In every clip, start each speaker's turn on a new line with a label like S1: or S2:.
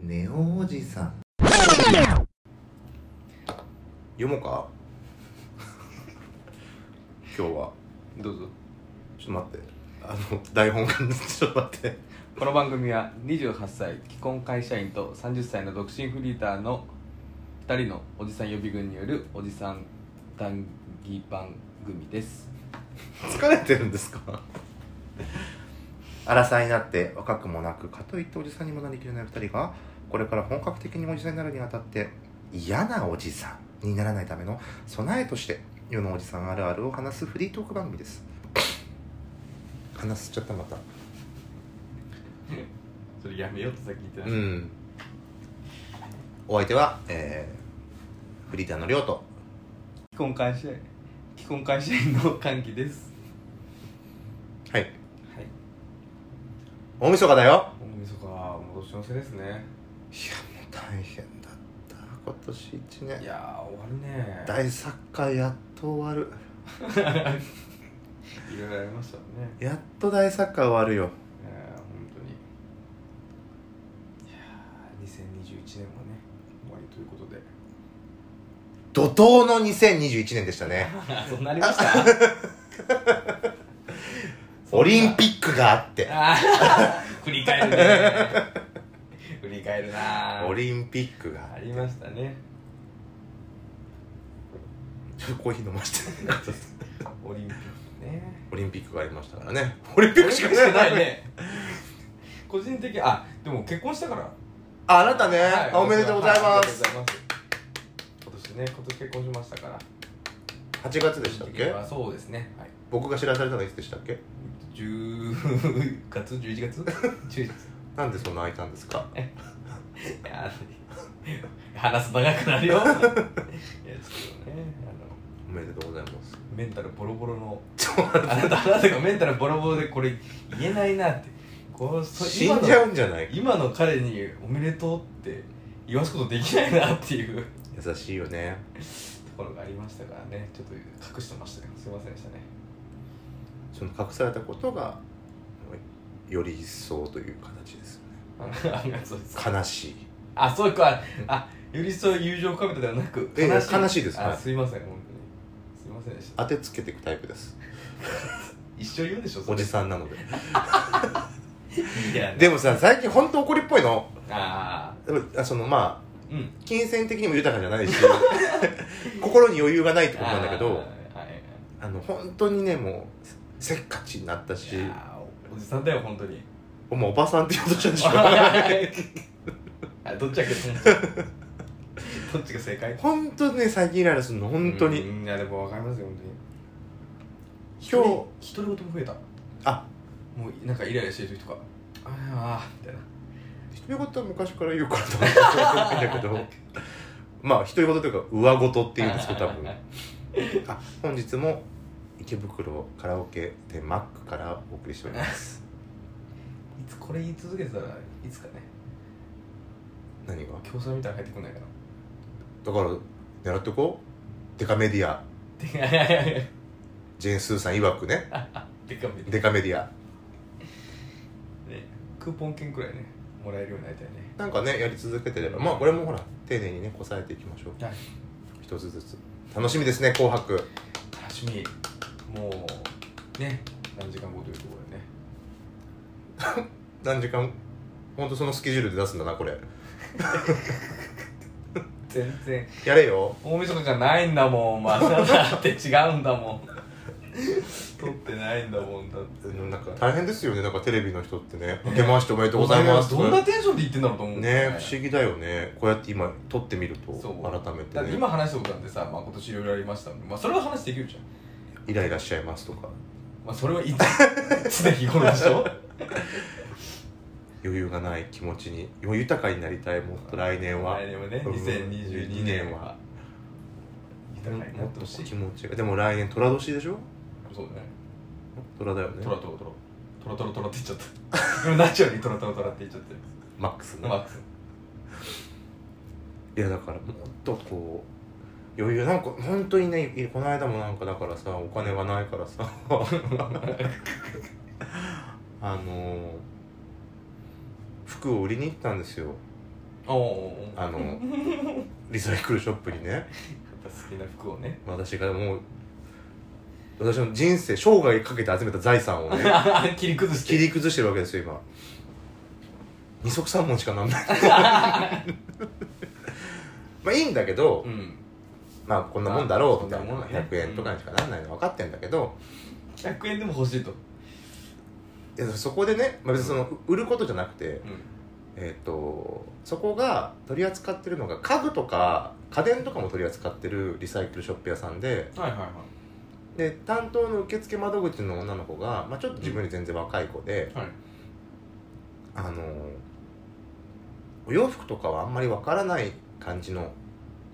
S1: ネオおじさん読もう か今日は
S2: どうぞ
S1: ちょっと待ってあの台本がちょっと待って
S2: この番組は28歳既婚会社員と30歳の独身フリーターの2人のおじさん予備軍によるおじさん談義番組です
S1: 疲れてるんですか荒さになって若くもなくかといっておじさんにもなりきれない2人がこれから本格的におじさんになるにあたって嫌なおじさんにならないための備えとして世のおじさんあるあるを話すフリートーク番組です話しちゃったまた
S2: それやめようとさっき言って
S1: うんお相手は、えー、フリーターの亮と
S2: 既婚会社既婚会社員の歓喜です
S1: はい
S2: はい
S1: 大晦日だよ
S2: 大晦日はもう年の瀬ですね
S1: いやもう大変だった今年一年
S2: いやー終わるね
S1: 大作家やっと終わる
S2: いろいろありましたね
S1: やっと大作家終わるよ
S2: えー、本当にいやー2021年もね終わりということで
S1: 怒涛の2021年でしたね
S2: そうなりました
S1: オリンピックがあって
S2: あ ー振り返るね 振り返るな
S1: オリンピックが
S2: ありましたね
S1: ちょっとコーヒー飲ま して
S2: オリンピックね
S1: オリンピックがありましたからねオリンピックしかしてないね
S2: ね 個人的あでも結婚したから
S1: ああなたね、
S2: はい
S1: あおめでとうござい
S2: は
S1: ま
S2: あり
S1: す、
S2: がとうございます今年ね今年結婚しましたから
S1: 8月でしたっけ
S2: そうですねはい
S1: 僕が知らされたのいつでしたっけ
S2: 10月11月11月
S1: なんでそんな空いたんですか
S2: いや 話す長くな るよいやちょっとねあの
S1: おめでとうございます
S2: メンタルボロボロの
S1: ちょっと待っ
S2: あなたあなたがメンタルボロボロでこれ言えないなってこう
S1: て
S2: そ
S1: 死んじゃうんじゃない
S2: 今の今の彼に「おめでとう」って言わすことできないなっていう
S1: 優しいよね
S2: ところがありましたからねちょっと隠してましたよすいませんでしたね
S1: その隠されたことがより一層という形ですよね
S2: あありがとうございます
S1: 悲しい
S2: あそうかあよりそう友情を深めたではなく
S1: ええ悲しいです
S2: あ
S1: はい
S2: すいません本当にすいませんでした
S1: 当てつけていくタイプです
S2: 一緒に言うんでしょそ
S1: お
S2: れ
S1: じさんなので
S2: いやね
S1: でもさ最近本当怒りっぽいの
S2: あ
S1: でもあそのまあ
S2: あうん
S1: 金銭的にも豊かじゃない し心に余裕がないってことなんだけど
S2: あーはい
S1: あの本当にねもうせせっかちになったし
S2: いやーおじさんだよ 本当に
S1: お前おばさんって言おうとしたで しょ
S2: あどっちやっけどっちが正解
S1: 本当ね最近イライラするの本当に
S2: うんいやでも分かりますよ本当
S1: 今
S2: に
S1: 日
S2: 一人独り言も増えた
S1: あ
S2: もうなんかイライラしてる時とかあーあーみたいな
S1: 独り言は昔から言うからと思ってたんだけ どまあ独り言というか上言っていうんですけど多分 あ本日も池袋カラオケ店マックからお送りしており ます
S2: いつこれ言い続けてたらいつかね
S1: 何が
S2: 競争みたいなの入ってこないか
S1: だから狙ってこうデカメディア
S2: な
S1: ジェーン・スーさん曰くね
S2: でかめで
S1: デカメディア
S2: ねクーポン券くらいねもらえるようになりたいね
S1: なんかねやり続けてればまあこれもほら丁寧にねこさえていきましょう
S2: はい
S1: 一つずつ楽しみですね「紅白
S2: 楽しみもうね何時間後というところでね」
S1: 何時間ほんとそのスケジュールで出すんだなこれ
S2: 全然
S1: やれよ
S2: 大晦日じゃないんだもん まだだって違うんだもん撮ってないんだもんだって
S1: なんか大変ですよねなんかテレビの人ってね「明けましておめでとうございます」
S2: どんなテンションで言ってんだろうと思う
S1: ね不思議だよねこうやって今撮ってみると
S2: そう
S1: 改めて
S2: だって
S1: ね
S2: 今話したことなんてさ、まあ、今年いろいろありましたんで、まあ、それは話できるじゃん、
S1: イライラしちゃいますとか
S2: まあ、それはいつ 常日頃でしょ
S1: 余裕がない気持ちによ豊かになりたいもっと来年は
S2: 来年はね
S1: うん
S2: 2022年は
S1: うん
S2: 豊かにな
S1: も
S2: っ
S1: ってと
S2: ほしい
S1: 気持ちがでも来年虎年でしょ
S2: そうね
S1: 虎だよね
S2: トラトラトラトラトラトラって言っちゃった今ナチュラルにトラトラトラって言っちゃってる
S1: マックスね
S2: マックス
S1: いやだからもっとこう余裕なんか本当にねいこの間もなんかだからさお金がないからさ あの服を売りに行ったんですよ
S2: おお
S1: あのリサイクルショップにね
S2: 好きな服をね
S1: 私がもう私の人生生涯かけて集めた財産をね
S2: 切り崩して
S1: 切り崩してるわけですよ今二足三本しかなんないまあいいんだけど、
S2: うん
S1: まあこんなもんだろうみたい
S2: まあ
S1: な、
S2: そんなもんだね
S1: 100円とかにしかならないの分かってんだけど、
S2: 100円でも欲しいと
S1: いやそこでね、まあ、別にその売ることじゃなくて、えっとそこが取り扱ってるのが家具とか家電とかも取り扱ってるリサイクルショップ屋さんで
S2: はいはいはい
S1: で担当の受付窓口の女の子が、まあ、ちょっと自分より全然若い子で、
S2: はい
S1: あのお洋服とかはあんまりわからない感じの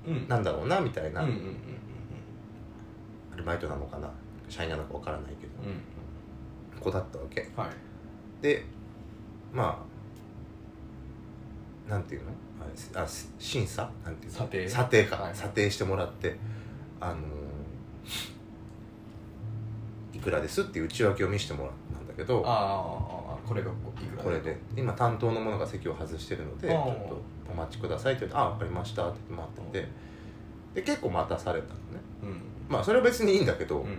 S2: うん
S1: なんだろうなみたい
S2: うん
S1: な、
S2: うんうんうん
S1: アルバイトなのかな社員なのかわからないけど、
S2: うん
S1: 子だったわけ
S2: はい
S1: でまあなんていうのあれすあす審査なんていうの
S2: 査定
S1: 査定か、
S2: はい
S1: 査定してもらってあのーいくらですっていう内訳を見せてもらったんだけ
S2: あー
S1: ど
S2: あーこれがいくら
S1: これで今担当の者が席を外してるので「ち
S2: あ
S1: ょ
S2: ー
S1: っとお待ちください」って言って「ああ分かりました」って待っててで結構待たされたのね
S2: うん
S1: まあそれは別にいいんだけど、
S2: うん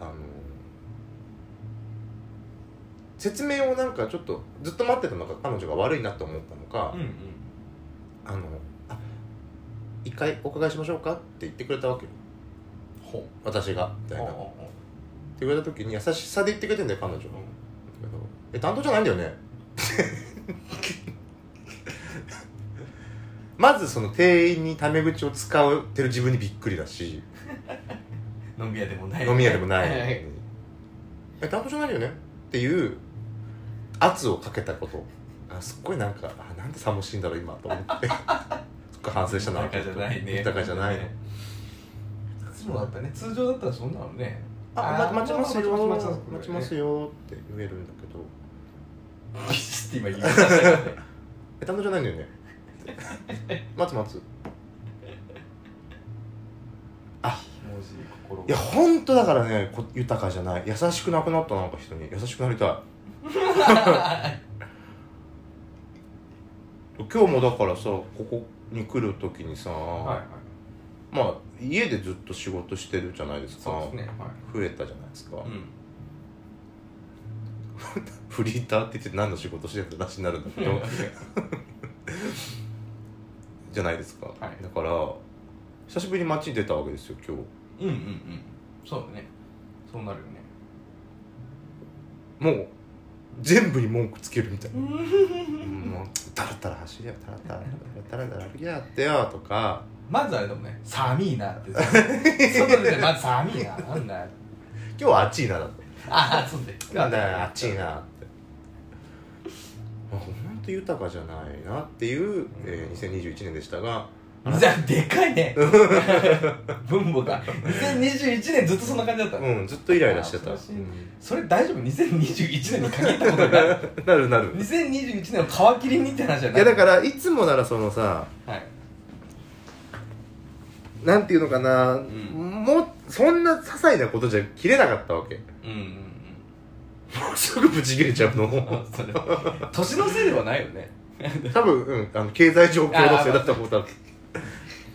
S1: あの説明をなんかちょっとずっと待ってたのか彼女が悪いなと思ったのか、
S2: うんうん
S1: あのあ一回お伺いしましょうかって言ってくれたわけよ
S2: ほう
S1: 私がみたいなって
S2: ほ
S1: 言われた時に優しさで言ってくれてんだよ彼女が、だけどえ担当じゃないんだよね まずその店員にタメ口を使ってる自分にびっくりだし
S2: う飲み屋でもない
S1: 飲み屋でもな
S2: はいはい
S1: いのに「え担当じゃないよね?」っていう圧をかけたことあすっごいなんかあなんで寂しいんだろう今と思って すっごい反省したな
S2: 豊かじゃないね
S1: 豊かじゃないの
S2: そうだったね通常だったらそんなのね
S1: あ、ま、待ちますよ
S2: 待ちます
S1: 待ちますよって言えるんだけど
S2: ピシッて今言いましたよね
S1: 「え担当じゃないんだよ ね?」「待つ待つ」
S2: 文字心
S1: いや本当だからねこ豊かじゃない優しくなくなったなんか人に優しくなりたい 今日もだからさここに来る時にさ、
S2: はいはい
S1: まあ家でずっと仕事してるじゃないですか
S2: そうですねは
S1: 増えたじゃないですか、
S2: いうん
S1: フリーターって言って何の仕事してるって話になるんだけどじゃないですか、
S2: はい
S1: だから久しぶりに街に出たわけですよ今日
S2: うんうんうんそうだねそうなるよね
S1: もう全部に文句つけるみたいなもう「タラタラ走りやタラタラタラタラ歩きやってよ」とか
S2: まずあれだもんね寒いなって外でまず寒いななんだよ
S1: 「今日は暑いな」だって
S2: ああそうで
S1: 「なんだよ暑いな」ってあ本当豊かじゃないなっていう、えー2021年でしたが
S2: じゃあでかいね分母が2021年ずっとそんな感じだったの
S1: うんずっとイライラしてた、
S2: あー恐ろしい
S1: うん
S2: それ大丈夫2021年に限ったことが
S1: なるなる
S2: 2021年を皮切りにって話じゃ
S1: い
S2: ない
S1: やだからいつもならそのさ
S2: らはい
S1: なんていうのかな、
S2: ん
S1: もうそんな些細なことじゃ切れなかったわけも
S2: うんうん
S1: うすぐブチ切れちゃうの
S2: うんそれ年のせいではないよね
S1: 多分、うん、あの経済状況のせいだったことは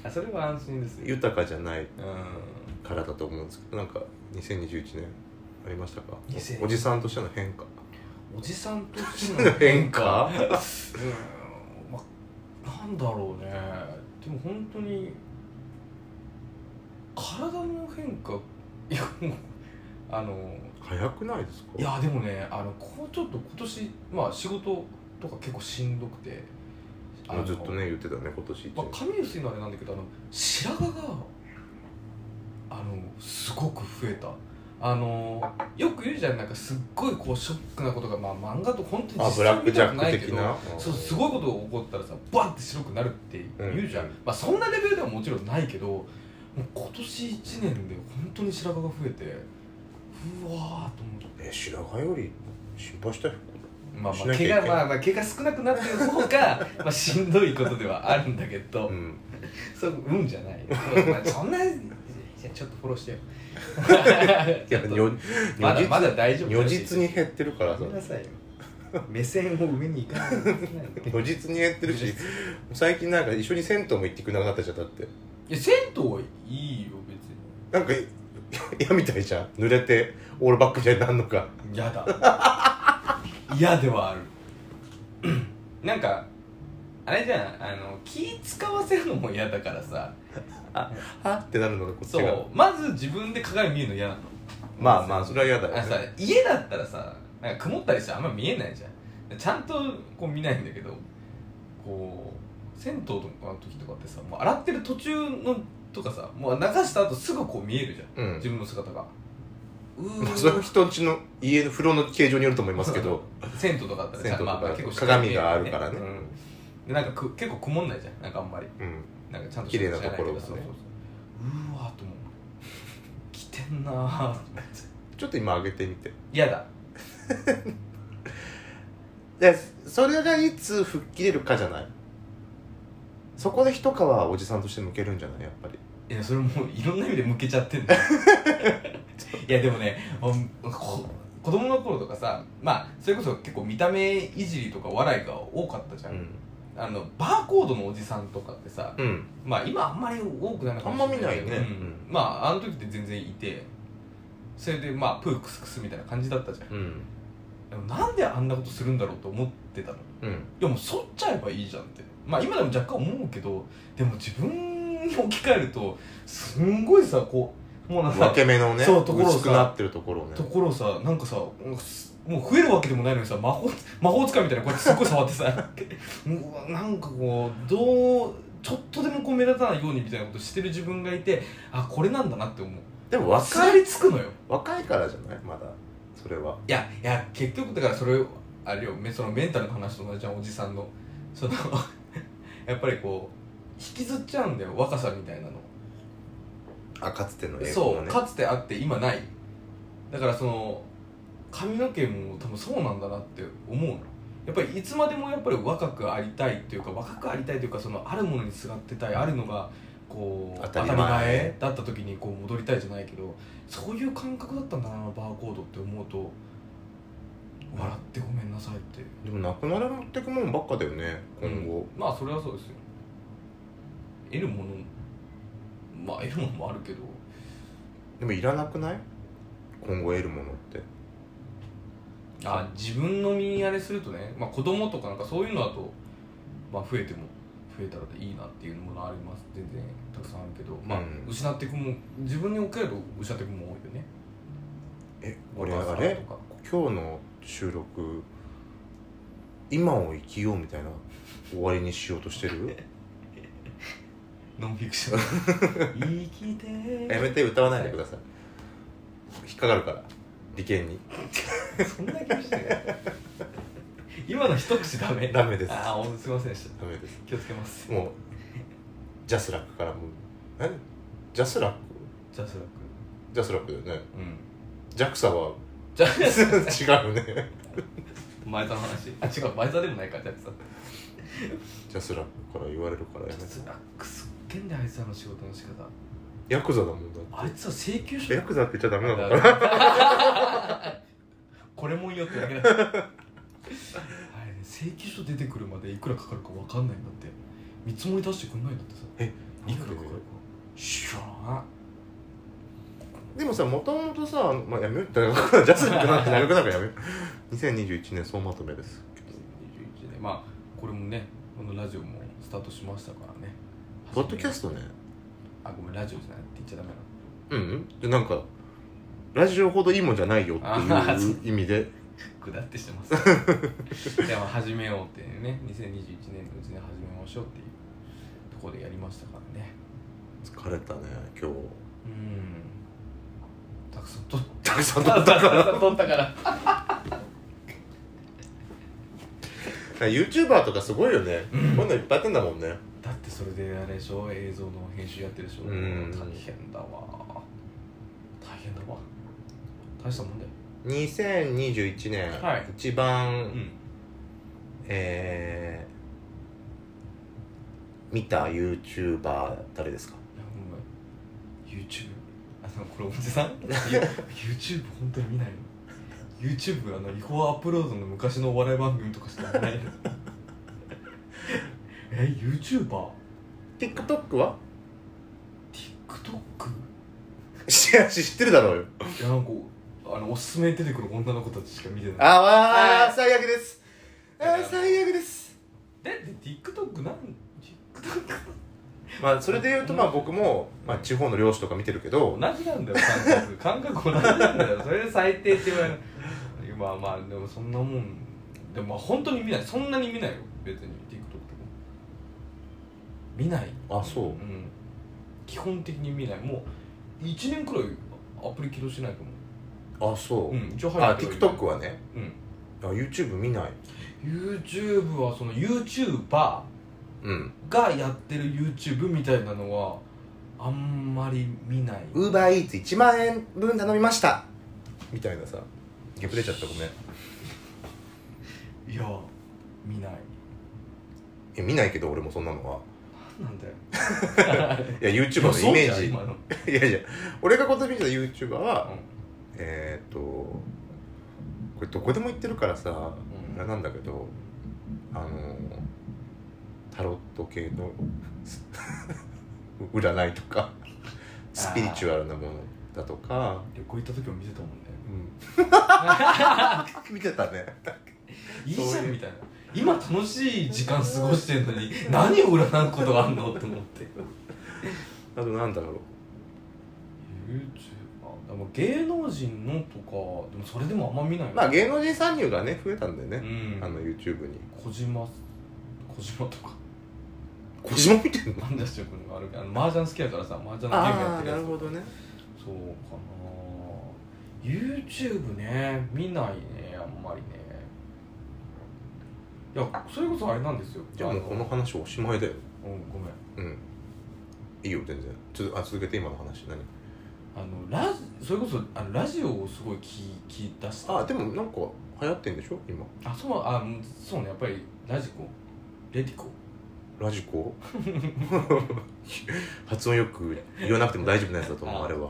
S2: あそれは安心ですよ
S1: 豊かじゃない
S2: うん
S1: からだと思うんですけどなんか2021年ありましたか
S2: 2021
S1: おじさんとしての変化
S2: おじさんとして
S1: 変化
S2: うーん、まあ、なんだろうねでも本当に体の変化いやもうあの
S1: 早くないですか
S2: いやでもねあのこうちょっと今年まあ仕事とか結構しんどくてあ
S1: も
S2: の
S1: うずっとね言ってたね今年一
S2: まあ
S1: 年、、
S2: 髪薄いのはあれなんだけどあの白髪があのすごく増えたあのよく言うじゃんなんかすっごいこうショックなことがまあ漫画と本当に
S1: あ
S2: 実
S1: ブラ
S2: 際
S1: ッ
S2: に
S1: ク
S2: 見
S1: ジャッ
S2: たくな
S1: ク
S2: い
S1: 的
S2: けど
S1: な
S2: そうすごいことが起こったらさバンって白くなるって言うじゃん、
S1: うん
S2: まあそんなレベルではもちろんないけどもう今年1年で本当に白髪が増えてうわーと思って。
S1: え白髪より心配したよ
S2: まあ
S1: し
S2: ま
S1: な
S2: あ
S1: きゃい
S2: 毛
S1: けない
S2: がまあまあ毛が少なくなってる方が まあしんどいことではあるんだけど、
S1: うん
S2: そううんじゃないよ、そうまあ、そんなじゃちょっとフォローしてよ
S1: いや
S2: ちょっと
S1: 如
S2: まだま
S1: 如
S2: だ大丈夫
S1: 実如実に減ってるからさ
S2: ごめんなさいよ
S3: 目線を上に行かないといけない
S1: 如実にやってるし最近なんか一緒に銭湯も行ってくれなくなったじゃんだって
S2: いや銭湯はいいよ別
S1: なんか嫌みたいじゃん濡れてオールバックみたいになるのか
S2: に嫌だ嫌ではある なんかあれじゃんあの気使わせるのも嫌だからさ
S1: はってなるのがこっち
S2: そ
S1: が
S2: うまず自分で鏡見るの嫌なの
S1: まあまあそれは嫌だよ、
S2: あのさ家だったらさなんか曇ったりしてあんま見えないじゃんちゃんとこう見ないんだけどこう銭湯とかの時とかってさもう洗ってる途中のとかさもう流した後すぐこう見えるじゃ
S1: うんん
S2: 自分の姿がうー
S1: まあ、それは人んちの家の風呂の形状によると思いますけど
S2: 銭湯とかだったら
S1: 銭湯と
S2: まあ
S1: か
S2: 結構
S1: 鏡があるからね
S2: うんでなんかく結構曇んないじゃんなんかあんまり
S1: うん
S2: なんかちゃんと
S1: 綺麗なところがね
S2: 知らないけどそうそうそううーわーと思う来てんなーと思って
S1: ちょっと今上げてみて
S2: 嫌だ
S1: でそれがいつ吹っ切れるかじゃないそこで一皮おじさんとして向けるんじゃないやっぱり
S2: いやそれもういろんな意味で向けちゃってん だよいやでもねほんこ子供の頃とかさまあそれこそ結構見た目いじりとか笑いが多かったじゃん、
S1: ん、
S2: あのバーコードのおじさんとかってさ
S1: うん、
S2: まあ今あんまり多くないのかもしれけど
S1: あんま見ないね
S2: うんまああの時って全然いてそれでまあプークスクスみたいな感じだったじゃん
S1: うん
S2: でもなんであんなことするんだろうと思ってたの
S1: うん
S2: いやもう剃っちゃえばいいじゃんってまあ今でも若干思うけどでも自分に置き換えるとすんごいさこうもうなんか
S1: 分け目のね
S2: そうところをさ
S1: 薄くなってるところをね
S2: ところさなんかさもうもう増えるわけでもないのにさ魔法 魔法使いみたいなこうやってすっごい触ってさうわなんかこうどうちょっとでもこう目立たないようにみたいなことしてる自分がいてあこれなんだなって思う
S1: でも
S2: 腐
S1: 若い
S2: りつくのよ
S1: 若いからじゃないまだそれはい
S2: やいや結局だからそれあれよめそのメンタルの話と同じじゃんおじさんのその やっぱりこう引きずっちゃうんだよ若さみたいなの
S1: あかつての英語
S2: そ
S1: の
S2: う
S1: ね
S2: かつてあって今ないだからその髪の毛も多分そうなんだなって思うのやっぱりいつまでもやっぱり若くありたいっていうか若くありたいというかそのあるものにすがってたいあるのがこう
S1: 当たり前
S2: だった時にこう戻りたいじゃないけどそういう感覚だったんだなバーコードって思うと笑ってごめんなさいって
S1: でもなくなら持ってくもんばっかだよね今後、
S2: まあそれはそうですよ得るものまあ得るものもあるけど
S1: でもいらなくない今後得るものって
S2: あ自分の身にあれするとね、まあ、子供とかなんかそういうのだと、まあ、増えても増えたらいいなっていうものはあります全然たくさんあるけど、まあ
S1: うん
S2: 失っていくもん自分に置き換えると失っていくもん多いよね
S1: え俺
S2: お
S1: あ
S2: 母さん
S1: れ
S2: とか
S1: 今日の収録今を生きようみたいな終わりにしようとしてる
S2: ノンフィクション 生きて
S1: やめて歌わないでください引っかかるから利権に
S2: そんな気がしてない今の一口ダメ
S1: ダメです
S2: ああすいませんでした
S1: ダメです
S2: 気をつけます
S1: もうジャスラックからもうえジャスラック
S2: じゃあそらく
S1: ジャスラックだよね
S2: うん
S1: ジャクサは
S2: じゃ
S1: 違
S2: あ
S1: うね
S2: 前田の話あ違う前田でもないからじゃあさ
S1: ジャスラックから言われるからやめて
S2: スラックすっげえんだよあいつらの仕事の仕方
S1: ヤクザだもんだ
S2: あいつは請求書
S1: ヤクザって言っちゃダメなのかな
S2: これもいいよってだけだあれね請求書出てくるまでいくらかかるかわかんないんだって見積もり出してくんないんだってさ
S1: え
S2: いくらかかるか知らな
S1: でもさもともとさ、あのまあ、やめようって長くなる ジャスラックなんて長くなるからやめよう2021年総まとめです
S2: い21年まあこれもねこのラジオもスタートしましたからね
S1: ポッドキャストね
S2: あごめんラジオじゃないって言っちゃダメなの
S1: うんうんでなんかラジオほどいいもんじゃないよって
S2: あーそ
S1: いう意味で
S2: 下ってし てますじゃあまあ始めようってね2021年のうちに始めましょうっていうところでやりましたからね
S1: 疲れたね今日
S2: うんたくさん撮った
S1: くさ ん撮
S2: た
S1: ったから
S2: ら撮ったから
S1: ユーチューバーとかすごいよね、
S2: うん
S1: こういうのいっぱいやってんだもんね
S2: だってそれであれでしょ映像の編集やってるでしょ
S1: うん
S2: 大変だわ大変だわ大したもんだよ
S1: 2021年、
S2: はい
S1: 一番、
S2: うん
S1: えー、見た YouTuber 誰ですか
S2: いやほんま YouTube あでもこれおじさん You- YouTube 本当に見ないの YouTube あの違法アップロードの昔のお笑い番組とかしかないえ YouTuberTikTok
S1: TikTok は知らんし知ってるだろうよ
S2: いやなんかあのおすすめに出てくる女の子たちしか見てない
S1: あわ
S2: は
S1: ー
S2: い
S1: 最悪ですあー最悪です
S2: だって TikTok なん TikTok
S1: まあそれで言うとまあ僕も、まあ、地方の漁師とか見てるけど
S2: 同じなんだよ感覚 感覚同じなんだよそれで最低って言われるまあまあでもそんなもんでもまあ本当に見ないそんなに見ないよ別に TikTok とか見ない
S1: あそう
S2: うん基本的に見ないもう1年くらいアプリ起動してないと思
S1: あそう
S2: ううん一応入
S1: あ
S2: ってはいる
S1: TikTok はね
S2: うん
S1: あ YouTube 見ない
S2: YouTube はその YouTuber
S1: うん
S2: がやってる YouTube みたいなのはあんまり見ない
S1: UberEats1 万円分頼みましたみたいなさゲプれちゃったごめん
S2: いや見ない
S1: え見ないけど俺もそんなのは
S2: なん だよ
S1: いや YouTuber のイメージ
S2: 今の、
S1: いやいや俺が今年見てた YouTuber は、
S2: うん
S1: えーっとこれどこでも言ってるからさ、
S2: うん
S1: あれなんだけどあのータロット系の す占いとかスピリチュアルなものだとか、
S2: 旅行行った時も見てたもんね
S1: 見てたね
S2: いいじゃんみたいな今楽しい時間過ごしてんのに何を占うことがあんのと思って
S1: あとなんだろう
S2: YouTuber でも芸能人のとかでもそれでもあんま見ないよ
S1: まあ芸能人参入がね増えたんだよ
S2: う
S1: ね、
S2: ん
S1: あの YouTube に
S2: 小島小島とか
S1: 小島見てんの
S2: 何出してくるのあるあの麻雀好きやからさ麻雀のゲームやっ
S1: ああ
S2: てる
S1: な
S2: やつ
S1: るほどね
S2: そうかな YouTube ね見ないねあんまりねいやそれこそあれなんですよ
S1: じゃあもうこの話おしまいだよ
S2: うんごめん
S1: うんいいよ全然ちょっとあ続けて今の話何
S2: あのラジそれこそあのラジオをすごい聞き聞き出した
S1: あでもなんか流行ってんでしょ今
S2: あそうあうんそうねやっぱりラジコレディコ
S1: ラジコ 発音よく言わなくても大丈夫なやつだと思う
S2: あ
S1: あれは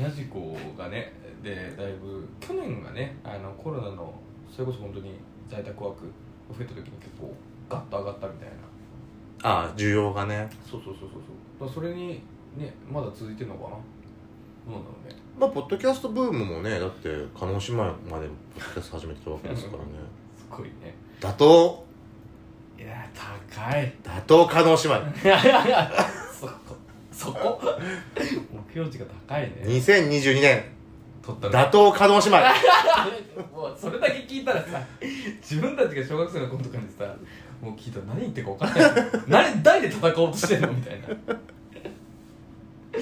S2: ラジコがねでだいぶ去年がねあのコロナのそれこそ本当に在宅ワークが増えた時に結構ガッと上がったみたいな
S1: ああ需要がね
S2: そうそうそうそうそうだからそれにねまだ続いてるのかなどうなんだろうね
S1: まあポッドキャストブームもねだって叶姉妹までポッドキャスト始めてたわけですからね
S2: すごいね
S1: 打倒
S2: いや高い
S1: 打倒叶姉妹
S2: そこそこ目標値が高いね
S1: 2022年
S2: 取ったね
S1: 打倒叶姉妹
S2: もうそれだけ聞いたらさ自分たちが小学生の頃とかにさもう聞いたら何言ってるか分かんない何 誰で戦おうとしてんのみたい な打倒カ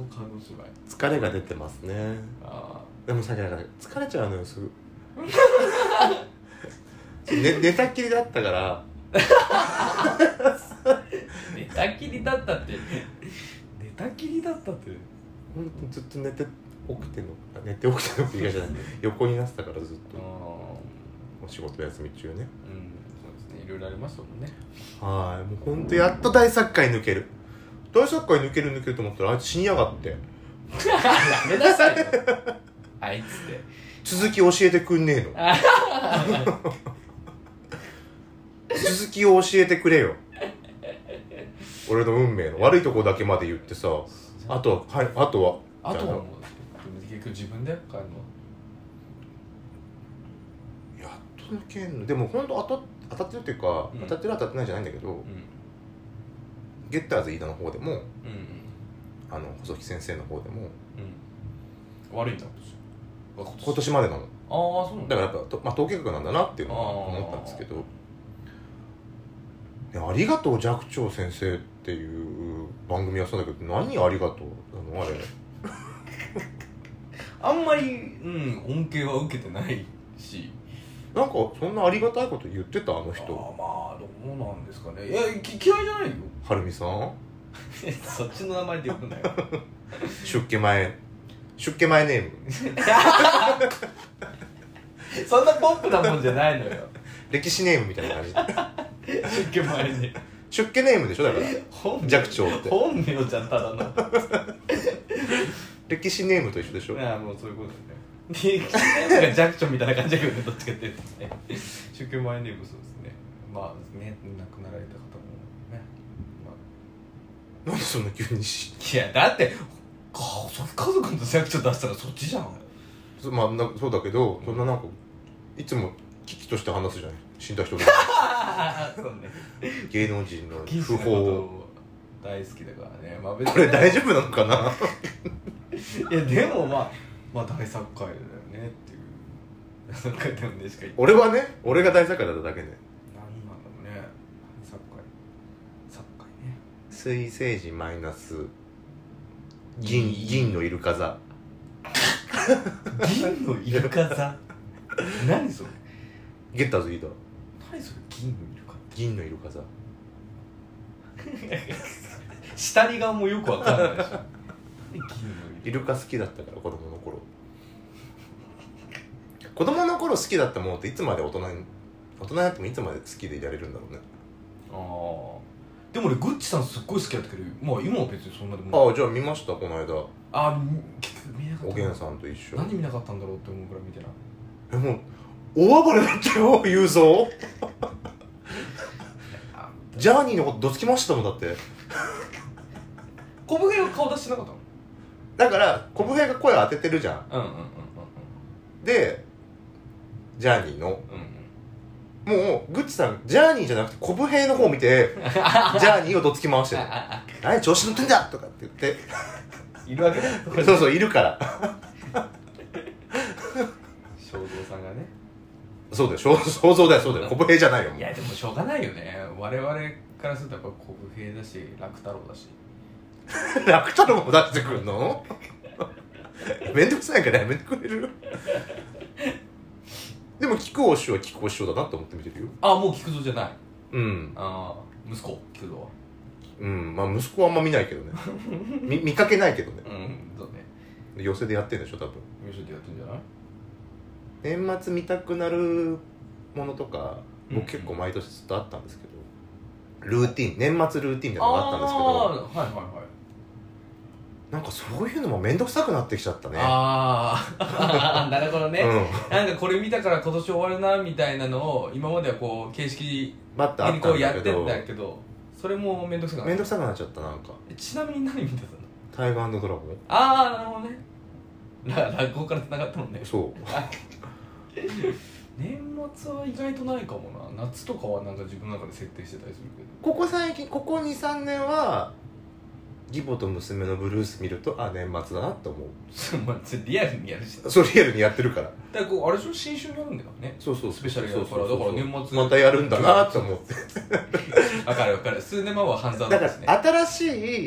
S2: の芝居
S1: 疲れが出てますね
S2: あ
S1: でもさだから疲れちゃうのよす ぐね寝たきりだったから
S2: あ寝たきりだったって寝たきりだったって
S1: 本当にずっと寝て起きてんのあ寝て起きてんのって言い方じゃ ない横になってたからずっ
S2: あ
S1: と
S2: あ
S1: お仕事休み中ね
S2: うんそうですねいろいろありましたもんね
S1: はいもうほんとやっと大作界抜ける大作界抜ける抜けると思ったらあいつ死にやがって
S2: やめなさいよあいつって
S1: 続き教えてくんねえの
S2: あ
S1: 続きを教えてくれよ俺の運命の悪いとこだけまで言ってさあとははいあとは
S2: あとはも
S1: み
S2: う結局自分で買うの
S1: たいなやっと抜けんのでもほんと当た当たってるっていうか、
S2: うん
S1: 当たってる当たってないじゃないんだけど
S2: う
S1: ゲッターズ飯田の方でも
S2: んうん
S1: あの細木先生の方でも
S2: うん悪いんだ今年
S1: 今年までなの
S2: ああそうなん
S1: だ
S2: だ
S1: からやっぱ、とまあ、統計学なんだなっていうのは思ったんですけど「いやありがとう寂聴先生」っていう番組やってたんだけど何ありがとうなのあれ
S2: あんまり、うん、恩恵は受けてないし
S1: なんかそんなありがたいこと言ってたあの
S2: あー
S1: 人
S2: まあどうなんですかねいやき嫌いじゃないよ
S1: はるみさん
S2: そっちの名前で呼ぶなよ
S1: 出家前出家前ネーム
S2: そんなポップなもんじゃないのよ
S1: 歴史ネームみたいな感じ
S2: 出家前に
S1: 出家ネームでしょだから
S2: 本名
S1: 寂聴って
S2: 本名じゃんただの
S1: 歴史ネームと一緒でしょ
S2: ああもうそういうことだねでキータイムがジャクションみたいな感じだけどねどっちかっていうとね 宗教マイネームそうですねまあね亡くなられた方もね、まあ、
S1: なんでそんな急にし
S2: いやだってかそれ家族の弱者出したらそっちじゃん
S1: そまあなそうだけどそんななんかいつも危機として話すじゃない死んだ人が
S2: そうね
S1: 芸能人の
S2: 技
S1: 訃
S2: 術のこ
S1: 報
S2: と
S1: を
S2: 大好きだからねまあ別に
S1: これ大丈夫なのかない
S2: やでもまあまあ大作家だよねっていう大作家だよねしか言って
S1: 俺はね俺が大作家だっただけで
S2: 何なんだろうね大作家作家ね
S1: 水星人マイナス銀銀のイルカ座
S2: 銀のイルカ 座何それ
S1: ゲッターズリーダー
S2: 何それ銀のイルカ
S1: 銀のイルカ座
S2: 下り顔もよくわかんないでしょ何銀のイ
S1: イ
S2: ル
S1: ルカ好きだったから子供の頃 子供の頃好きだったものっていつまで大人に大人になってもいつまで好きでいられるんだろうね
S2: カああでも俺グッチさんすっごい好きだったけどまあ今は別にそんなでもない
S1: ああじゃあ見ましたこの間
S2: あ結局見えなか
S1: お
S2: った
S1: げんさんと一緒
S2: 何見なかったんだろうって思うぐらい見てない
S1: えもう大暴れだったよ雄三ジャーニーのことどつきましたもんだって
S2: 小武が顔出してなかった
S1: だから小平が声を当ててるじゃん
S2: のうんうんうん
S1: でジャーニーの
S2: うんうん
S1: もうグッチさんジャーニーじゃなくて小平の方を見 てジャーニーをどつき回してる何調子乗ってんだとかって言って
S2: いるわ けだ
S1: そうそういるから
S2: 正蔵さんがね
S1: そうだよ肖肖像だよそうだよ小平じゃないよもう
S2: いやでもしょうがないよね我々からするとやっぱ小武平だし楽太郎だし
S1: 楽太郎も出してくるのめんどくさいからやめてくれるでも木久扇師匠は木久扇師匠だなと思って見てるよ
S2: あもう菊蔵じゃない
S1: うん
S2: ああ息子菊蔵は
S1: うんまあ息子はあんま見ないけどねみ見かけないけどね
S2: うんそうね
S1: 寄せでやってんでしょ多分
S2: 優秀でやってんじゃない
S1: 年末見たくなるものとか
S2: うん
S1: 僕結構毎年ずっとあったんですけどルーティン年末ルーティンみたいなのがあったんですけど
S2: あーはいはいはい
S1: なんかそういうのも面倒くさくなってきちゃったね
S2: ああ なるほどね、
S1: うん
S2: なんかこれ見たから今年終わるなみたいなのを今まではこう形式
S1: バッとあ
S2: 的に
S1: った
S2: こ
S1: ん
S2: う
S1: だ
S2: や
S1: け
S2: ってん
S1: ど
S2: だけどそれも面倒くさくな
S1: 面
S2: っ
S1: 倒くさくなっちゃったなんか
S2: たちなみに何見てたの
S1: タイガードラゴン
S2: ああなるほどね ら落語から繋がったもんね
S1: そう
S2: 年末は意外とないかもな夏とかはなんか自分の中で設定してたりするけど
S1: ここ最近ここ23年は義母と娘のブルース見るとあ年末だなって思う
S2: そ れまあそれリアルにやるしだか
S1: それリアルにやってるから
S2: らこうあれでしょ新春にやるんだか らね
S1: そうそう
S2: スペシャルやるから
S1: そうそうそう
S2: だから年末
S1: またやるんだなって思って
S2: わかるわかる数年前は半沢
S1: だ
S2: だ
S1: か
S2: ですね
S1: ら新し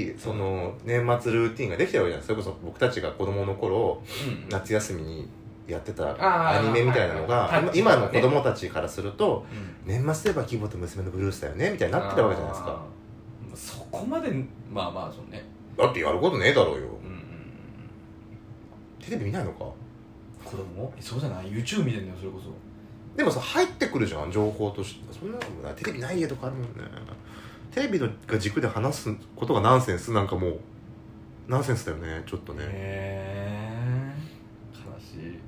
S1: いその年末ルーティンができたわけじゃんそれこそ僕たちが子供の頃
S2: うん
S1: 夏休みにやってた
S2: あー
S1: アニメみたいなの
S2: はい
S1: が
S2: はいはい
S1: 今今の子供たちからすると
S2: うん
S1: 年末といえば義母と娘のブルースだよねみたいになってたわけじゃないですか
S2: あーそこまでまあまあそうね
S1: だってやることねえだろうよ
S2: うんうんうん
S1: テレビ見ないのか
S2: 子供えそうじゃない YouTube 見てんだよそれこそ
S1: でもさ入ってくるじゃん情報としてそんなのもないテレビない家とかあるもんねテレビのが軸で話すことがナンセンスなんかもうナンセンスだよねちょっとね
S2: へえ悲しい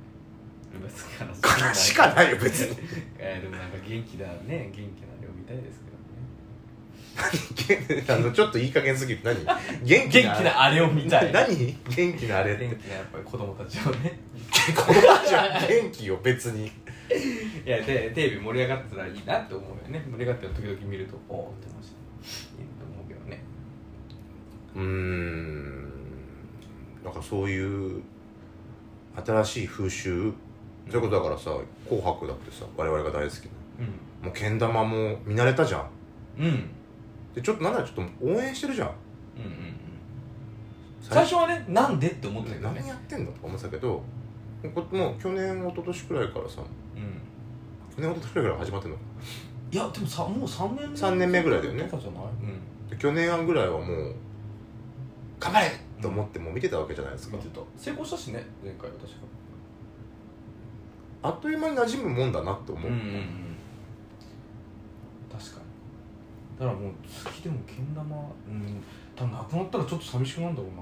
S2: 別に悲し
S1: 悲しかないよ別 に
S2: えーでもなんか元気だね元気なのみたいですけどね
S1: あのちょっといい加減すぎる何元気な
S2: 元気なあれを見 たい
S1: 何元気なあれって
S2: 元気なやっぱり子供たちをね
S1: 子供たちは元気よ別に
S2: いやでテレビ盛り上がってたらいいなって思うよね盛り上がってるの時々見るとおおってましたいいと思うけどね
S1: うーんなんかそういう新しい風習それこそだからさ「紅白」だってさ我々が大好きなもうけん玉も見慣れたじゃん
S2: うんうんうん
S1: でちょっとなんだちょっと応援してるじゃん
S2: うんうん最初はねなんでって思ってたけど
S1: 何
S2: ね
S1: やってんのとか思ってたけどこもう去年一昨年くらいからさ
S2: うん
S1: 去年一昨年くらいから始まってんの
S2: いやでもさもう3年
S1: 三年目ぐらいだよね
S2: とかじゃないうん
S1: で去年半ぐらいはもう頑張れと思ってもう見てたわけじゃないですか
S2: 見てた成功したしね前回は確か
S1: あっという間に馴染むもんだなって思う、
S2: 確かにだからもう月でもけん玉うん多分なくなったらちょっと寂しくなるんだろうな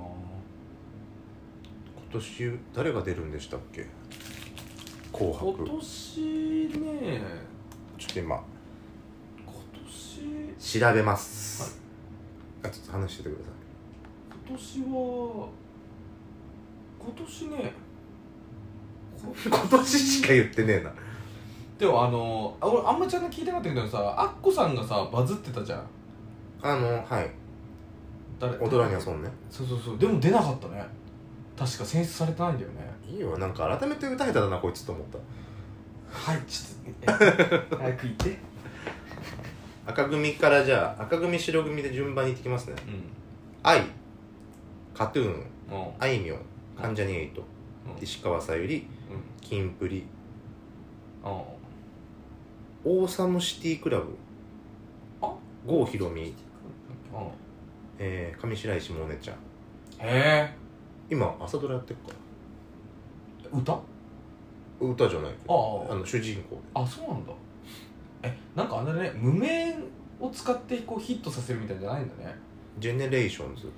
S1: 今年誰が出るんでしたっけ紅白
S2: 今年ね
S1: ちょっと今
S2: 今年
S1: 調べます、あちょっと話しててくださ
S2: 今年は今年ね
S1: い 今年しか言ってねえな
S2: でもあのあ俺あんまちゃんと聞いてなかったけどさアッコさんがさバズってたじゃん
S1: あのはい
S2: 誰
S1: 大人にはそうね
S2: そうそうそうでも出なかったね確か選出されてないんだよね
S1: いいよなんか改めて歌下手だなこいつと思っ
S2: はいちょっとえ早く行って
S1: た赤組からじゃあ赤組白組で順番にいってきますね
S2: う
S1: 愛カトゥーン
S2: んうん
S1: あいみょん関ジャニエイト石川さゆり
S2: う
S1: キンプリ
S2: んうん
S1: オーサムシティクラブ
S2: あ
S1: 郷ひろみ、
S2: うん
S1: えー、上白石萌音ちゃん
S2: へえ
S1: 今朝ドラやってるか
S2: 歌あ
S1: ら歌じゃないけどあ
S2: あ
S1: の主人公
S2: あそうなんだえなんかあれだね無名を使ってこうヒットさせるみたいじゃないんだね
S1: ジェネレーションズ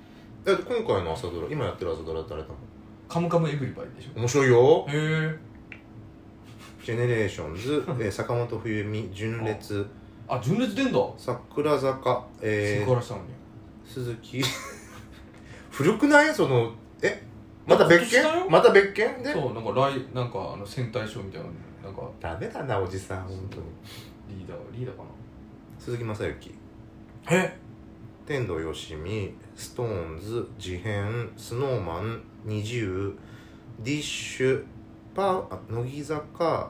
S1: だって今回の朝ドラ今やってる朝ドラってあれだもん
S2: 「カムカムエヴリバディ」でしょ
S1: 面白いよ
S2: へえ
S1: ジェネレーションズ、えー坂本冬美純烈
S2: あ純烈出んだ
S1: 桜坂、え
S2: セク
S1: ー
S2: ハラしたのに
S1: 鈴木 古くないそのえまた別件
S2: 今年だよ
S1: また別件で
S2: そうなんか来なんかあの戦隊賞みたいなのになんか
S1: ダメだなおじさん本当に
S2: リーダーリーダーかな
S1: 鈴木雅之
S2: え
S1: 天童よしみ、ストーンズ、事変、スノーマン、二重、ディッシュ、パー、あ乃木坂、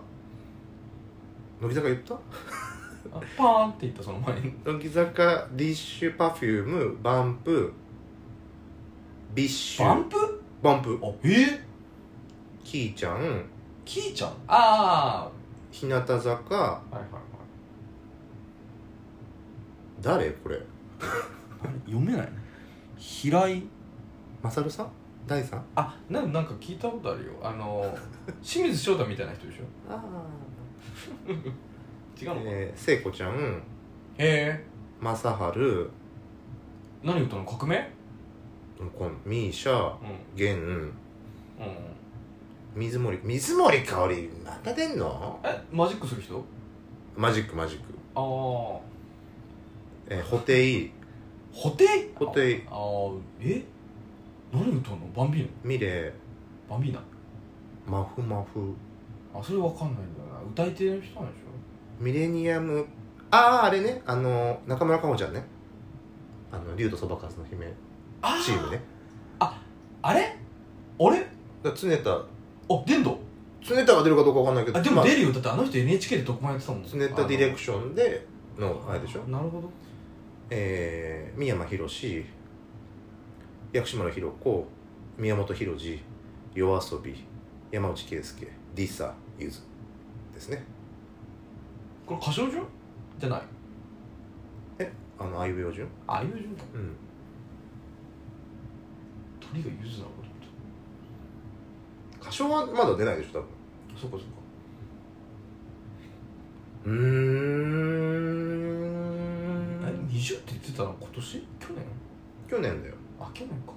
S1: 乃木坂言った
S2: あパーンって言ったその前に
S1: 乃木坂、ディッシュ、パフューム、バンプ、ビッシュ、
S2: バンプ
S1: バンプ、
S2: あえ
S1: キーちゃん、
S2: キーちゃんあ
S1: 日向坂、
S2: あはいはいはい
S1: 誰これ
S2: 読めない平井
S1: マサルさん大さん
S2: あななんか聞いたことあるよあの清水翔太みたいな人でし
S1: あ
S2: ょ違うのかなへ
S1: えー、聖子ちゃん、
S2: え
S1: マサハル、
S2: 何言ったの革命
S1: このミーシャ、
S2: う
S1: ゲン、
S2: んうん
S1: 水森水森かおりまた出んの
S2: えマジックする人
S1: マジックマジック
S2: ああ補
S1: えー、ホテイ
S2: 填
S1: 布袋
S2: ああえ何歌うのバンビー
S1: ミレ
S2: ナバンビーナ
S1: ーマフマフ
S2: あそれわかんないんだよな歌い手の人なんでし
S1: ミレニアムあああれねあの中村かほちゃんねあの竜とそばかすの姫
S2: ょあー
S1: チームね
S2: あれあれ
S1: だから常田
S2: あ出んの
S1: 常田が出るかどうかわかんないけど
S2: あでも出
S1: ま
S2: るよだってあの人 NHK で特番やってたもん
S1: あ常田ディレク
S2: シ
S1: ションでのあれでしょ
S2: なるほど
S1: えー、三山ひろし薬師丸ひろ子宮本浩次夜遊び山内圭介リサゆずですね
S2: これ歌唱順じゃない
S1: あのあいうえお順
S2: ああいう順か
S1: うん
S2: 鳥がゆずなのかと思っ
S1: 歌唱はまだ出ないでしょ多
S2: たそっかそっか
S1: 分う
S2: え20って言ってたの今年去年
S1: 去年だよ
S2: あ去年か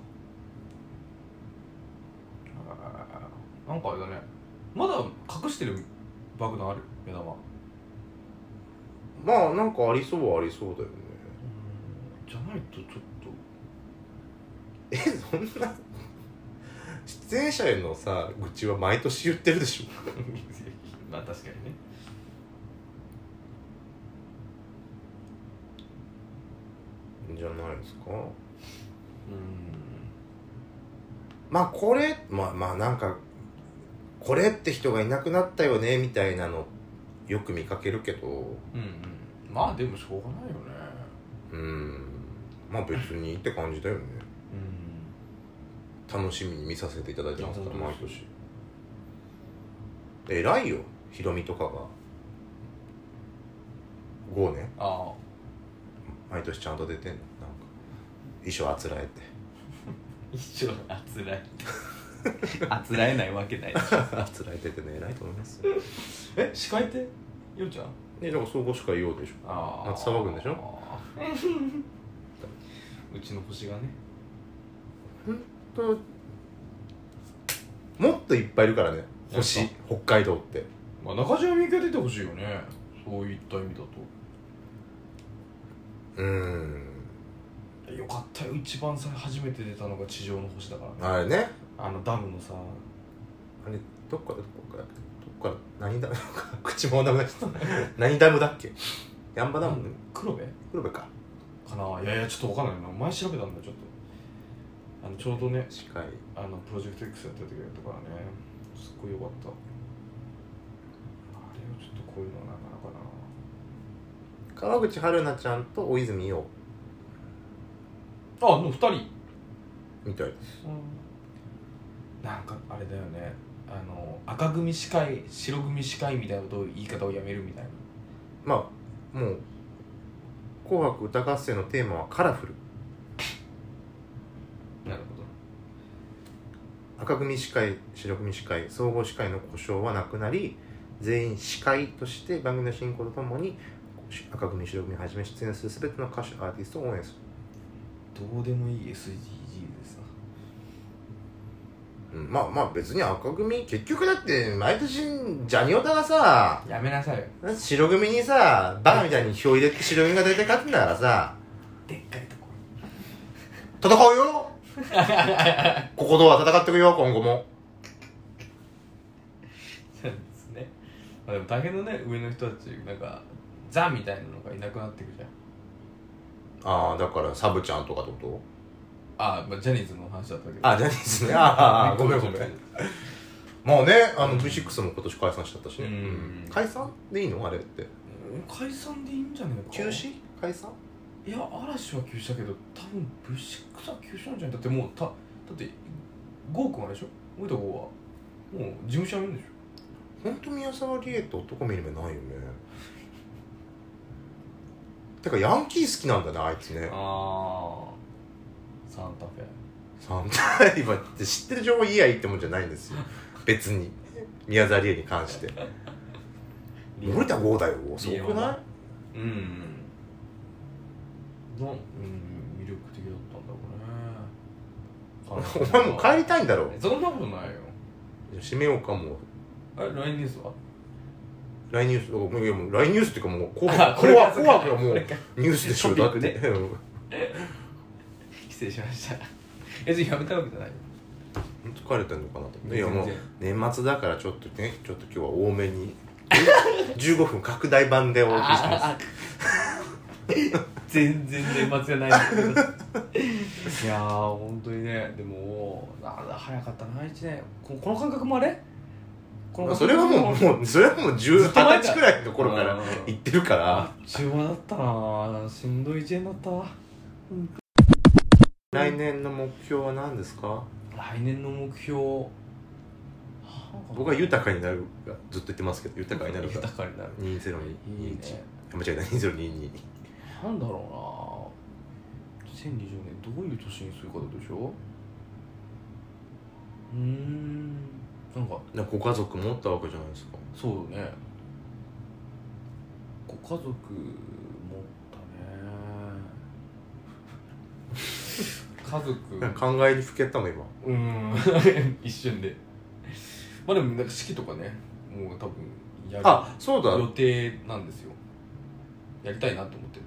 S2: あーなんかあれだねまだ隠してるバグのある目玉
S1: まあなんかありそうはありそうだよね
S2: じゃないとちょっと
S1: えそんな出演者へのさ愚痴は毎年言ってるでしょ
S2: まあ確かにね
S1: じゃないですか
S2: う
S1: まあこれまあまあなんかこれって人がいなくなったよねみたいなのよく見かけるけど
S2: んうんうんまあでもしょうがないよね
S1: うんまあ別にって感じだよね
S2: うん
S1: 楽しみに見させていただいてますから
S2: いや
S1: 毎
S2: 本当で
S1: 年偉いよヒロミとかが5年
S2: ああ
S1: 毎年ちゃんと出てんのなんか衣装あつらえて
S2: 一応あつらえ あつらえないわけない
S1: あつらえててね偉いと思いますよ
S2: え司会ってようちゃん
S1: ねだから総合司会言おうでしょ
S2: あ
S1: 夏騒ぐんでしょ
S2: あーうちの星がね
S1: ともっといっぱいいるからね星
S2: やっ
S1: 北海道って
S2: まあ、中島みゆきは出てほしいよねそういった意味だと
S1: うーん
S2: よかったよ一番最初初めて出たのが地上の星だからね
S1: あれね
S2: あのダムのさ
S1: あれどっからどこからどっから 何ダム口もなくなっ ちゃった何ダムだっけヤンバダム、
S2: 黒部
S1: 黒部か
S2: かないやいやちょっとわかんないな前調べたんだよちょっとあのちょうどね
S1: 近い
S2: あのプロジェクト X やってる時だったからねすっごいよかったあれはちょっとこういうのはなかなかな
S1: 川口春奈ちゃんと大泉洋
S2: あの2人、
S1: みたい
S2: なんかあれだよねあの赤組司会白組司会みたいなことを言い方をやめるみたいな
S1: まあもう「紅白歌合戦」のテーマはカラフル
S2: なるほど
S1: 赤組司会白組司会総合司会の故障はなくなり全員司会として番組の進行とともに赤組白組はじめ出演する全ての歌手アーティストを応援す
S2: どうでもいい SDGs ですな
S1: る、うん、まあまあ別に赤組結局だって毎年ジャニオタがさ
S2: やめなさいよ
S1: 白組にさバカみたいに票入れて白組が大体勝つんだからさ
S2: でっかいとこ
S1: 戦うよ こことは戦ってくよ今後も
S2: そうですね、まあ、でも大変だね上の人たちなんかザみたいなのがいなくなってくじゃん
S1: ああだからサブちゃんとかってこと
S2: あ、まあ、ジャニーズの話だったけど
S1: あジャニーズね ああごめんごめん
S2: う
S1: まあねあ
S2: う
S1: の
S2: ん
S1: V6 も今年解散しちゃったしね、
S2: うん
S1: うん解散でいいのあれって
S2: ん解散でいいんじゃないか
S1: 中止解散
S2: いや嵐は休止だけど多分 V6 は休止なんじゃないだってもうただってゴーくんあれでしょ森田剛はもう事務所辞めるんでし
S1: 本当宮沢りえと男見る目ないよねてかヤンキー好きなんだねあいつね
S2: ょああサンタフェ
S1: 三大今って知ってる情報言いやいいってもんじゃないんですよ別に宮沢りえに関して森田剛だよすごくない
S2: うんうんなんうん魅力的だった
S1: お
S2: んだろうね
S1: 前 もう帰りたいんだろ
S2: そんなことないよ
S1: 締めようかもう
S2: あれ LINE ニュースは
S1: 来ニュースもういやもう来ニュースっていうかもう紅
S2: あ
S1: 白
S2: これ
S1: 紅
S2: か
S1: 白紅白がも
S2: こ
S1: う
S2: れか
S1: ニュースでしょだ
S2: ト
S1: っ
S2: ピ
S1: て、
S2: ックね
S1: うん
S2: 失礼しま した別にやめたわけじゃないよ
S1: 本当帰れてんのかなといや
S2: 全然
S1: もう年末だからちょっとねちょっと今日は多めに 15分拡大版でお送りしてます
S2: あー全然年末じゃないんだけどい やー本当にねでもなんだ早かったな1年ここの感覚もあれこ
S1: まあそれはもうもうそれはもう10
S2: ずっと前
S1: 二
S2: か
S1: 十歳くらいの頃から
S2: 一
S1: 言ってるから
S2: 中和だったなしんどい1年だったわ
S1: 来年の目標は何ですか
S2: 来年の目標
S1: 僕は豊かになるがずっと言ってますけど豊かになるが
S2: 豊かになる
S1: 2021
S2: いいね
S1: あ間違えた2022
S2: なんだろうな2020年どういう年にするかってことでしょうーんなんか
S1: なんかご家族持ったわけじゃないですか
S2: そうだねご家族持ったね 家
S1: なん
S2: 族
S1: か考えにふけったの今
S2: うーん一瞬でまあでもなんか式とかねもう多分やる
S1: あそうだ
S2: 予定なんですよやりたいなと思ってる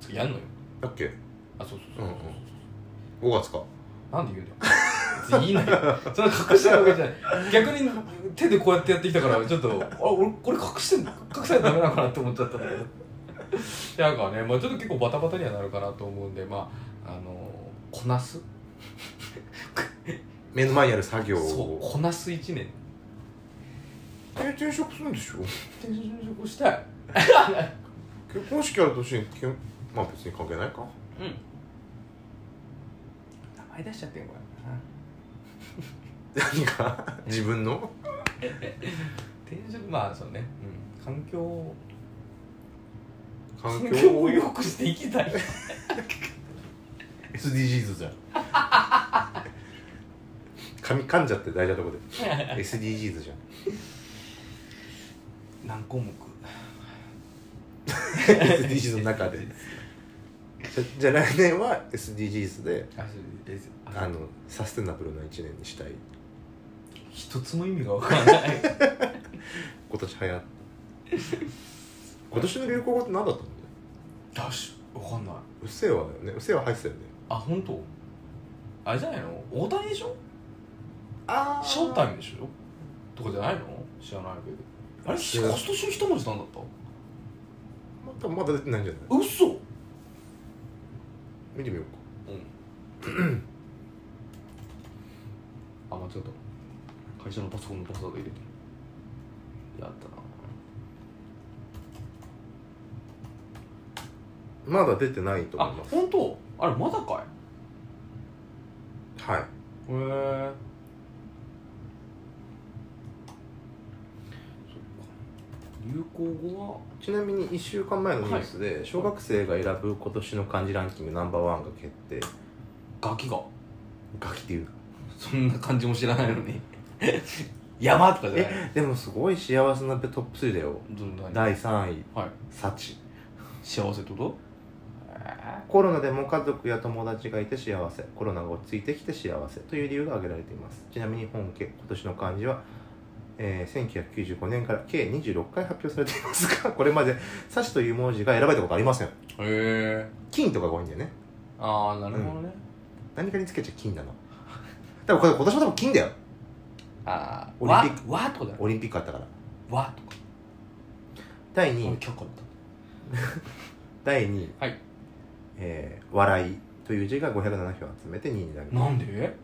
S2: つうかやんのよ
S1: だっけ
S2: あそうそうそうそう、
S1: うんうん5月か
S2: なんで言うんだよいいのよそれ隠してるわけじゃない逆に手でこうやってやってきたからちょっとあ俺これ隠してん隠さないとダメなのかなって思っちゃったんだけどでなんかね、まあ、ちょっと結構バタバタにはなるかなと思うんでまああのこなす
S1: 目の前にある作業
S2: そう
S1: を
S2: こなす1年
S1: え転職するんでしょ
S2: 転職したい
S1: 結婚式ある年に結婚まあ別に関係ないか
S2: うん名前出しちゃってんこれな
S1: 何か 自分の
S2: 転職まあそうね、うん、環境を
S1: 環
S2: 環
S1: 境
S2: 境
S1: を
S2: を良くしていき たい
S1: SDGs じゃん 噛み噛んじゃって大事なとこで SDGs じゃん
S2: 何項目
S1: SDGs の中でじゃじゃあ来年は SDGs で
S2: あそうです
S1: あのサステナブルな1年にしたい
S2: 一つも意味がわからない
S1: 今年流行った今年の流行語って何だったの
S2: ダッシュわかんないう
S1: っせぇわだよねうっせぇわ入ってたよね
S2: あ本当あれじゃないの大谷でしょ
S1: あ
S2: ショータイムでしょとかじゃないの知らないけどあれ
S1: いや
S2: 今年一文字なんだった
S1: まだまだ出てないんじゃない
S2: 嘘うん
S1: 見てみようか
S2: あ間違った会社のパソコンのパスワード入れてやったな
S1: まだ出てないと思い
S2: あ
S1: ます
S2: 本当あれまだか
S1: はい
S2: いへえ流行語は
S1: ちなみに1週間前のニュースで小学生が選ぶ今年の漢字ランキングナンバーワンが決定
S2: ガキが
S1: ガキっていうな
S2: そんな感じも知らないのに 山とかじゃない
S1: えでもすごい幸せなトップ3だよ
S2: どんなに
S1: 第3位
S2: はい
S1: 幸
S2: 幸せってこと
S1: コロナでも家族や友達がいて幸せコロナが落ち着いてきて幸せという理由が挙げられていますちなみに本家今年の漢字は、えー1995年から計26回発表されていますがこれまで「幸」という文字が選ばれたことありません
S2: へえ
S1: 金とかが多いんだよね
S2: ああなるほどね、
S1: 何かにつけちゃ金なの多分これ今年も多分金だよ
S2: ああ
S1: オ
S2: わ
S1: リンピッ
S2: わとかだよ
S1: オリンピックあったから
S2: わとか
S1: 第
S2: 俺
S1: 2位
S2: 却下だっ
S1: 第2位、
S2: はい
S1: えー笑い」という字が507票集めて2位になり
S2: た
S1: ま
S2: な
S1: す
S2: んで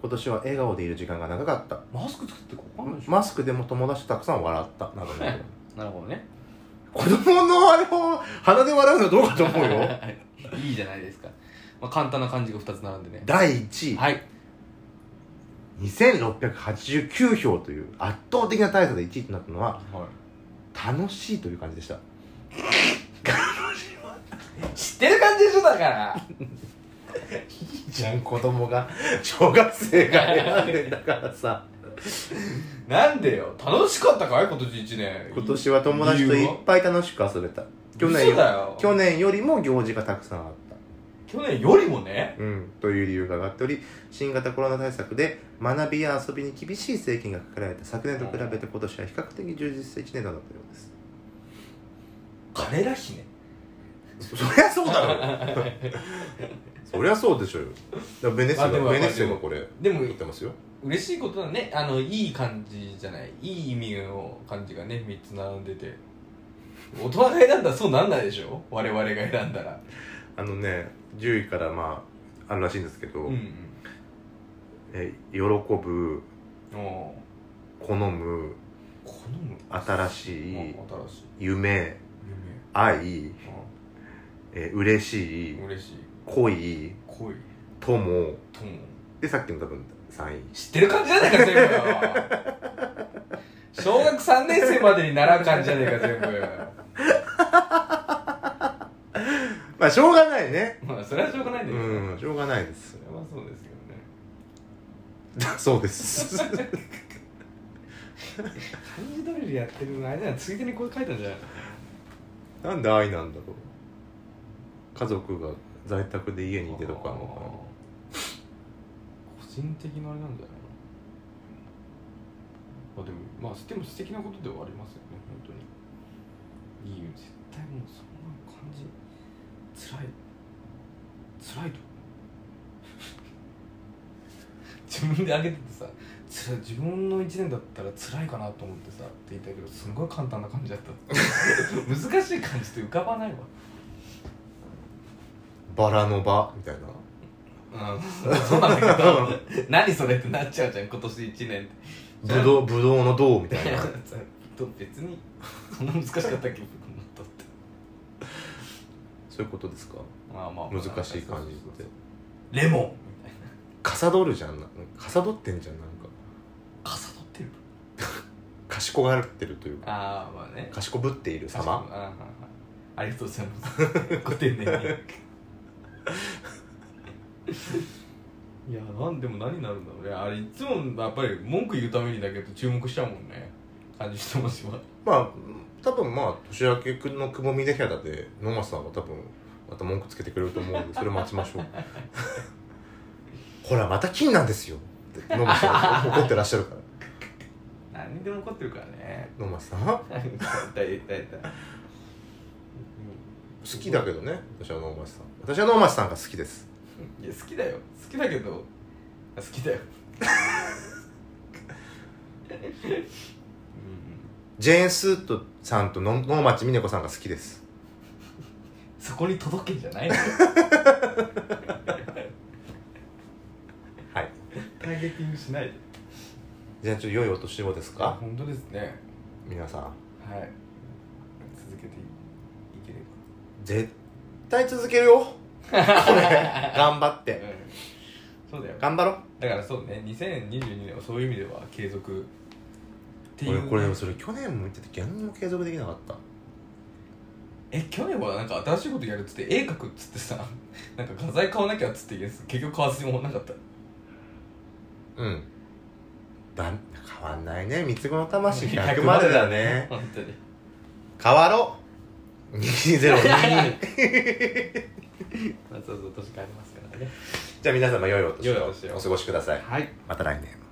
S1: 今年は笑顔でいる時間が長かった
S2: マスク作ってこかんないでしょ、
S1: マスクでも友達とたくさん笑ったなどなど
S2: なるほどね
S1: 子供のあれを鼻で笑うのはどうかと思うよ
S2: いいじゃないですか、まあ、簡単な漢字が2つ並んでね
S1: 第1位、
S2: はい
S1: 2689票という圧倒的な大差で1位となったのは
S2: は
S1: 「楽しい」という感じでした
S2: い知ってる感じでしょだから
S1: じゃん子供が小学生が選んでんだからさ
S2: なんでよ楽しかったかい今年1年
S1: 今年は友達といっぱい楽しく遊べた去年
S2: 嘘
S1: よ
S2: だよ
S1: 去年よりも行事がたくさんあった
S2: 去年よりもね
S1: うん、という理由が上がっており新型コロナ対策で学びや遊びに厳しい制限がかけられた昨年と比べて今年は比較的充実した1年間だったようです
S2: 彼ら姫
S1: そそりゃそうだろ そりゃそうでしょうよだからベネッセ
S2: あでも
S1: がベネッセがこれ
S2: でも
S1: 言ってますよ
S2: 嬉しいことだねあのいい感じじゃないいい意味の感じがね3つ並んでて大人が選んだらそうなんないでしょ我々が選んだら
S1: あのね10位からまああるらしいんですけど、
S2: うん
S1: え喜ぶ
S2: うんお
S1: 好む
S2: 好む
S1: 新しい
S2: 新しい
S1: 夢
S2: 夢
S1: 愛え嬉しい
S2: うん嬉しい
S1: 恋
S2: 恋
S1: 友
S2: とも
S1: でさっきの多分3位
S2: 知ってる感じじゃねえか全部よ 小学3年生までに習う感じじゃねえか全部
S1: まあしょうがないね
S2: まあそれはしょうがないんだけど、
S1: うんしょうがないです
S2: それはそうですけどね
S1: そうです。
S2: 漢字ドリルやってるのあれだよついでにこれ書いたんじゃない
S1: なんで愛なんだろう。家族が在宅で家にいてとかの
S2: 個人的なあれなんじゃないのまあでもまあでも素敵なことではありますよね本当にいいよ絶対もうそんな感じ辛い辛いと 自分であげててさ辛い自分の1年だったら辛いかなと思ってさって言ったけどすごい簡単な感じだった 難しい感じって浮かばないわ
S1: バラの場みたいな。
S2: うん、そうなんだけど何それってなっちゃうじゃん今年1年
S1: ぶどうぶどうのどうみたいな。
S2: と別にそん な難しかったっけ僕のとって
S1: そういうことですか。
S2: まあまあ
S1: 難しい感じって。
S2: レモン
S1: かさどるじゃん。なかさどってんじゃんなんか。
S2: かさどってる
S1: かしこがってるというか。
S2: ああまあね
S1: かしこぶっている
S2: あは
S1: 様。
S2: はありがとうございますご丁寧にいやなんでも何になるんだろうねあれいつもやっぱり文句言うためにだけど注目しちゃうもんね感じてますわ
S1: まあ多分まあ年明けのくぼみでキャラで野間さんは多分また文句つけてくれると思うんでそれ待ちましょう。ほらまた金なんですよ。って野間さん怒ってらっしゃるから。
S2: 何にでも怒ってるからね
S1: 野間さん好
S2: 痛い痛い痛い痛い
S1: きだけどね私は能町さん私は能町さんが好きです
S2: いや好きだよ好きだけどあ好きだようん
S1: ジェーン・スートさんとの能町みね子さんが好きです
S2: そこに届けんじゃないのよ
S1: はい
S2: ターゲティングしないで
S1: じゃあちょっと良いお年をですか
S2: 本当ですね
S1: 皆さん
S2: はい続けていいければ
S1: 絶対続けるよこれ頑張って
S2: うんそうだよ
S1: 頑張ろう
S2: だからそうね2022年はそういう意味では継続ってい
S1: 俺
S2: う
S1: これでもそれ去年も言ってて何にも継続できなかった
S2: え去年はなんか新しいことやるっつって絵描くっつってさ なんか画材買わなきゃっつって言うんです結局買わずにもなかった
S1: うんだ変わんないね三つ子の 魂100までだね
S2: 本 当に
S1: 変わろう2022
S2: まあそうそう年変わりますからね
S1: じゃあ皆様良いお年
S2: 良いお
S1: を
S2: 年を
S1: お過ごしください
S2: はい
S1: また来年